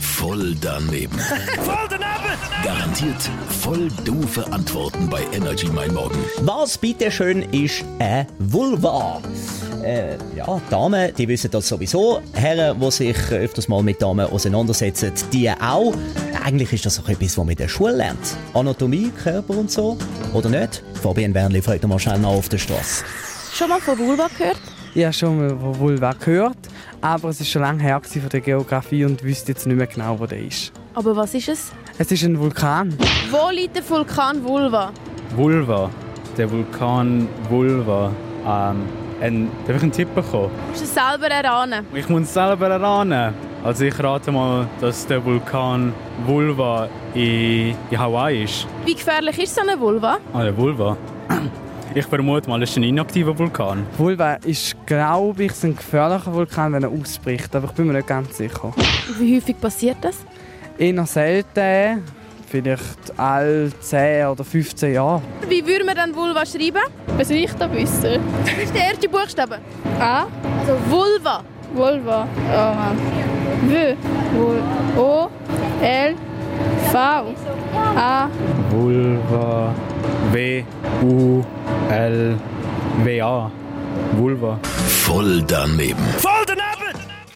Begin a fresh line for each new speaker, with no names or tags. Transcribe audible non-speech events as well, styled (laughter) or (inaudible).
Voll daneben. Garantiert voll doofe Antworten bei Energy Mein Morgen.
Was bitteschön ist eine Vulva? Äh, ja, Damen, die wissen das sowieso. Herren, die sich öfters mal mit Damen auseinandersetzen, die auch. Eigentlich ist das auch etwas, was man in der Schule lernt. Anatomie, Körper und so. Oder nicht? Fabian Wernli fragt mal schnell nach auf der Straße.
Schon mal von Vulva gehört?
Ich habe schon mal von Vulva gehört, aber es ist schon lange her gewesen von der Geografie und wüsste jetzt nicht mehr genau, wo der ist.
Aber was ist es?
Es ist ein Vulkan.
Wo liegt der Vulkan Vulva?
Vulva, der Vulkan Vulva. Ähm, ein, darf ich einen Tipp bekommen?
Musst du es selber erahnen?
Ich muss es selber erahnen. Also ich rate mal, dass der Vulkan Vulva in, in Hawaii ist.
Wie gefährlich ist so eine Vulva?
Ah, der Vulva. (clears throat) Ich vermute mal, es ist ein inaktiver Vulkan.
Vulva ist, glaube ich, so ein gefährlicher Vulkan, wenn er ausbricht, aber ich bin mir nicht ganz sicher.
Und Wie häufig passiert das?
Eher selten, vielleicht alle 10 oder 15 Jahre.
Wie würde man dann Vulva schreiben?
Was soll ich da wissen?
Das ist der erste Buchstabe.
A.
Also Vulva.
Volva. Oh Mann. W. Vol. O. L. V. A.
Vulva. W. U. L. W. A. Vulva.
Voll daneben. Voll